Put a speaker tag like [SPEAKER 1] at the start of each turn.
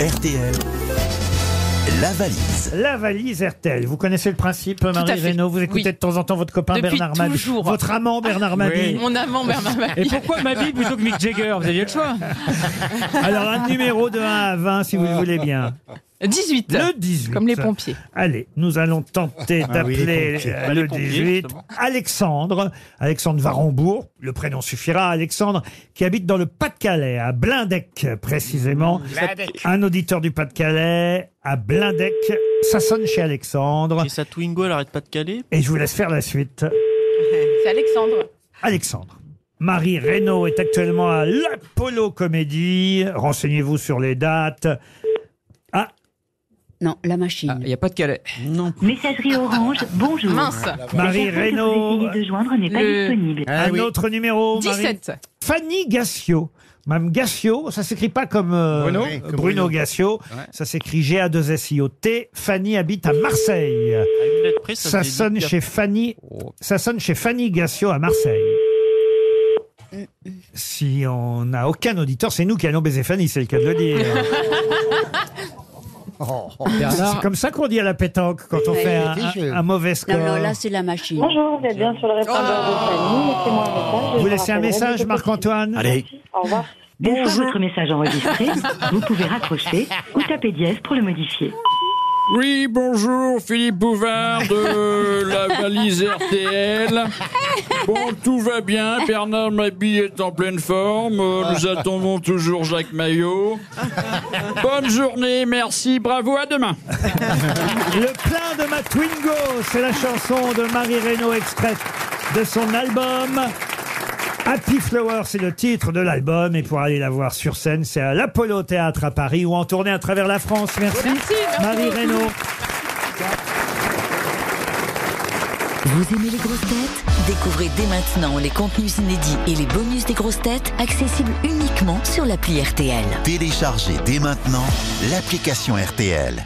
[SPEAKER 1] RTL, la valise.
[SPEAKER 2] La valise RTL. Vous connaissez le principe,
[SPEAKER 3] à
[SPEAKER 2] Marie
[SPEAKER 3] fait.
[SPEAKER 2] Reynaud. Vous écoutez
[SPEAKER 3] Oui.
[SPEAKER 2] de temps en temps votre copain
[SPEAKER 3] Depuis
[SPEAKER 2] Bernard Mabie.
[SPEAKER 3] toujours. Ah.
[SPEAKER 2] Votre amant Bernard Mabie.
[SPEAKER 3] Mon amant Bernard
[SPEAKER 4] Et
[SPEAKER 3] Mabille.
[SPEAKER 4] pourquoi ma vie plutôt que Mick Jagger Vous aviez le choix.
[SPEAKER 2] Alors, un numéro de 1 à 20, si vous le voulez bien.
[SPEAKER 3] 18.
[SPEAKER 2] Le 18.
[SPEAKER 3] Comme les pompiers.
[SPEAKER 2] Allez, nous allons tenter d'appeler
[SPEAKER 5] pompiers.
[SPEAKER 2] euh,
[SPEAKER 4] Bah, les
[SPEAKER 2] le
[SPEAKER 4] Ah pompiers,
[SPEAKER 2] 18
[SPEAKER 4] justement.
[SPEAKER 2] Alexandre, Alexandre Varembourg, le prénom suffira, Alexandre, qui habite dans le Pas-de-Calais, à Blindec précisément. Un auditeur du Pas-de-Calais, à Blindec, ça sonne chez Alexandre,
[SPEAKER 5] Et sa Twingo, elle arrête pas de caler
[SPEAKER 2] et je vous laisse faire la suite.
[SPEAKER 3] C'est Alexandre.
[SPEAKER 2] Alexandre. Marie Reynaud est actuellement à l'Apollo Comédie. Renseignez-vous sur les dates.
[SPEAKER 6] Non, la machine.
[SPEAKER 3] Ah,
[SPEAKER 4] Il n'y a pas de Calais.
[SPEAKER 7] Messagerie Orange, bonjour.
[SPEAKER 3] Mince.
[SPEAKER 2] Marie
[SPEAKER 7] La personne que vous
[SPEAKER 2] Reynaud,
[SPEAKER 7] essayez de joindre n'est pas
[SPEAKER 3] Le-
[SPEAKER 7] disponible.
[SPEAKER 2] un autre numéro. Marie.
[SPEAKER 3] 17.
[SPEAKER 2] Fanny Gassio. Mme Gassio, ça s'écrit pas comme euh,
[SPEAKER 4] Bruno
[SPEAKER 2] euh, Bruno, Gassio, ça s'écrit G-A-2-S-I-O-T. Fanny habite à Marseille.
[SPEAKER 5] À une lettre près,
[SPEAKER 2] Ça,
[SPEAKER 5] fait
[SPEAKER 2] sonne
[SPEAKER 5] Nick
[SPEAKER 2] chez Fanny, ça sonne chez Fanny Gassio à Marseille. Si on n'a aucun auditeur, c'est nous qui allons baiser Fanny, c'est le cas de le dire. C'est
[SPEAKER 4] Bernard,
[SPEAKER 2] comme ça qu'on dit à la pétanque quand on
[SPEAKER 6] Oui,
[SPEAKER 2] fait un, un- un mauvais score.
[SPEAKER 6] Non, non, là, c'est la machine.
[SPEAKER 8] Bonjour, vous êtes bien sur le répondeur de Fanny. Laissez-moi un message.
[SPEAKER 2] Vous laissez un message, Marc-Antoine
[SPEAKER 1] Allez,
[SPEAKER 8] Au revoir.
[SPEAKER 7] Une fois votre message enregistré, vous pouvez raccrocher ou taper dièse pour le modifier.
[SPEAKER 4] Oui, bonjour, Philippe Bouvard de la valise RTL. Bon, tout va bien, Bernard Mabille est en pleine forme, euh, nous attendons toujours Jacques Maillot. Bonne journée, merci, bravo, à demain.
[SPEAKER 2] Le plein de ma Twingo, c'est la chanson de Marie Reynaud extraite de son album. Happy Flower, c'est le titre de l'album. Et pour aller la voir sur scène, c'est à l'Apollo Théâtre à Paris ou en tournée à travers la France. Merci,
[SPEAKER 3] Merci, merci
[SPEAKER 2] Marie
[SPEAKER 3] beaucoup.
[SPEAKER 2] Reynaud.
[SPEAKER 9] Vous aimez les grosses têtes Découvrez dès maintenant les contenus inédits et les bonus des grosses têtes accessibles uniquement sur l'appli RTL.
[SPEAKER 1] téléchargez dès maintenant l'application RTL.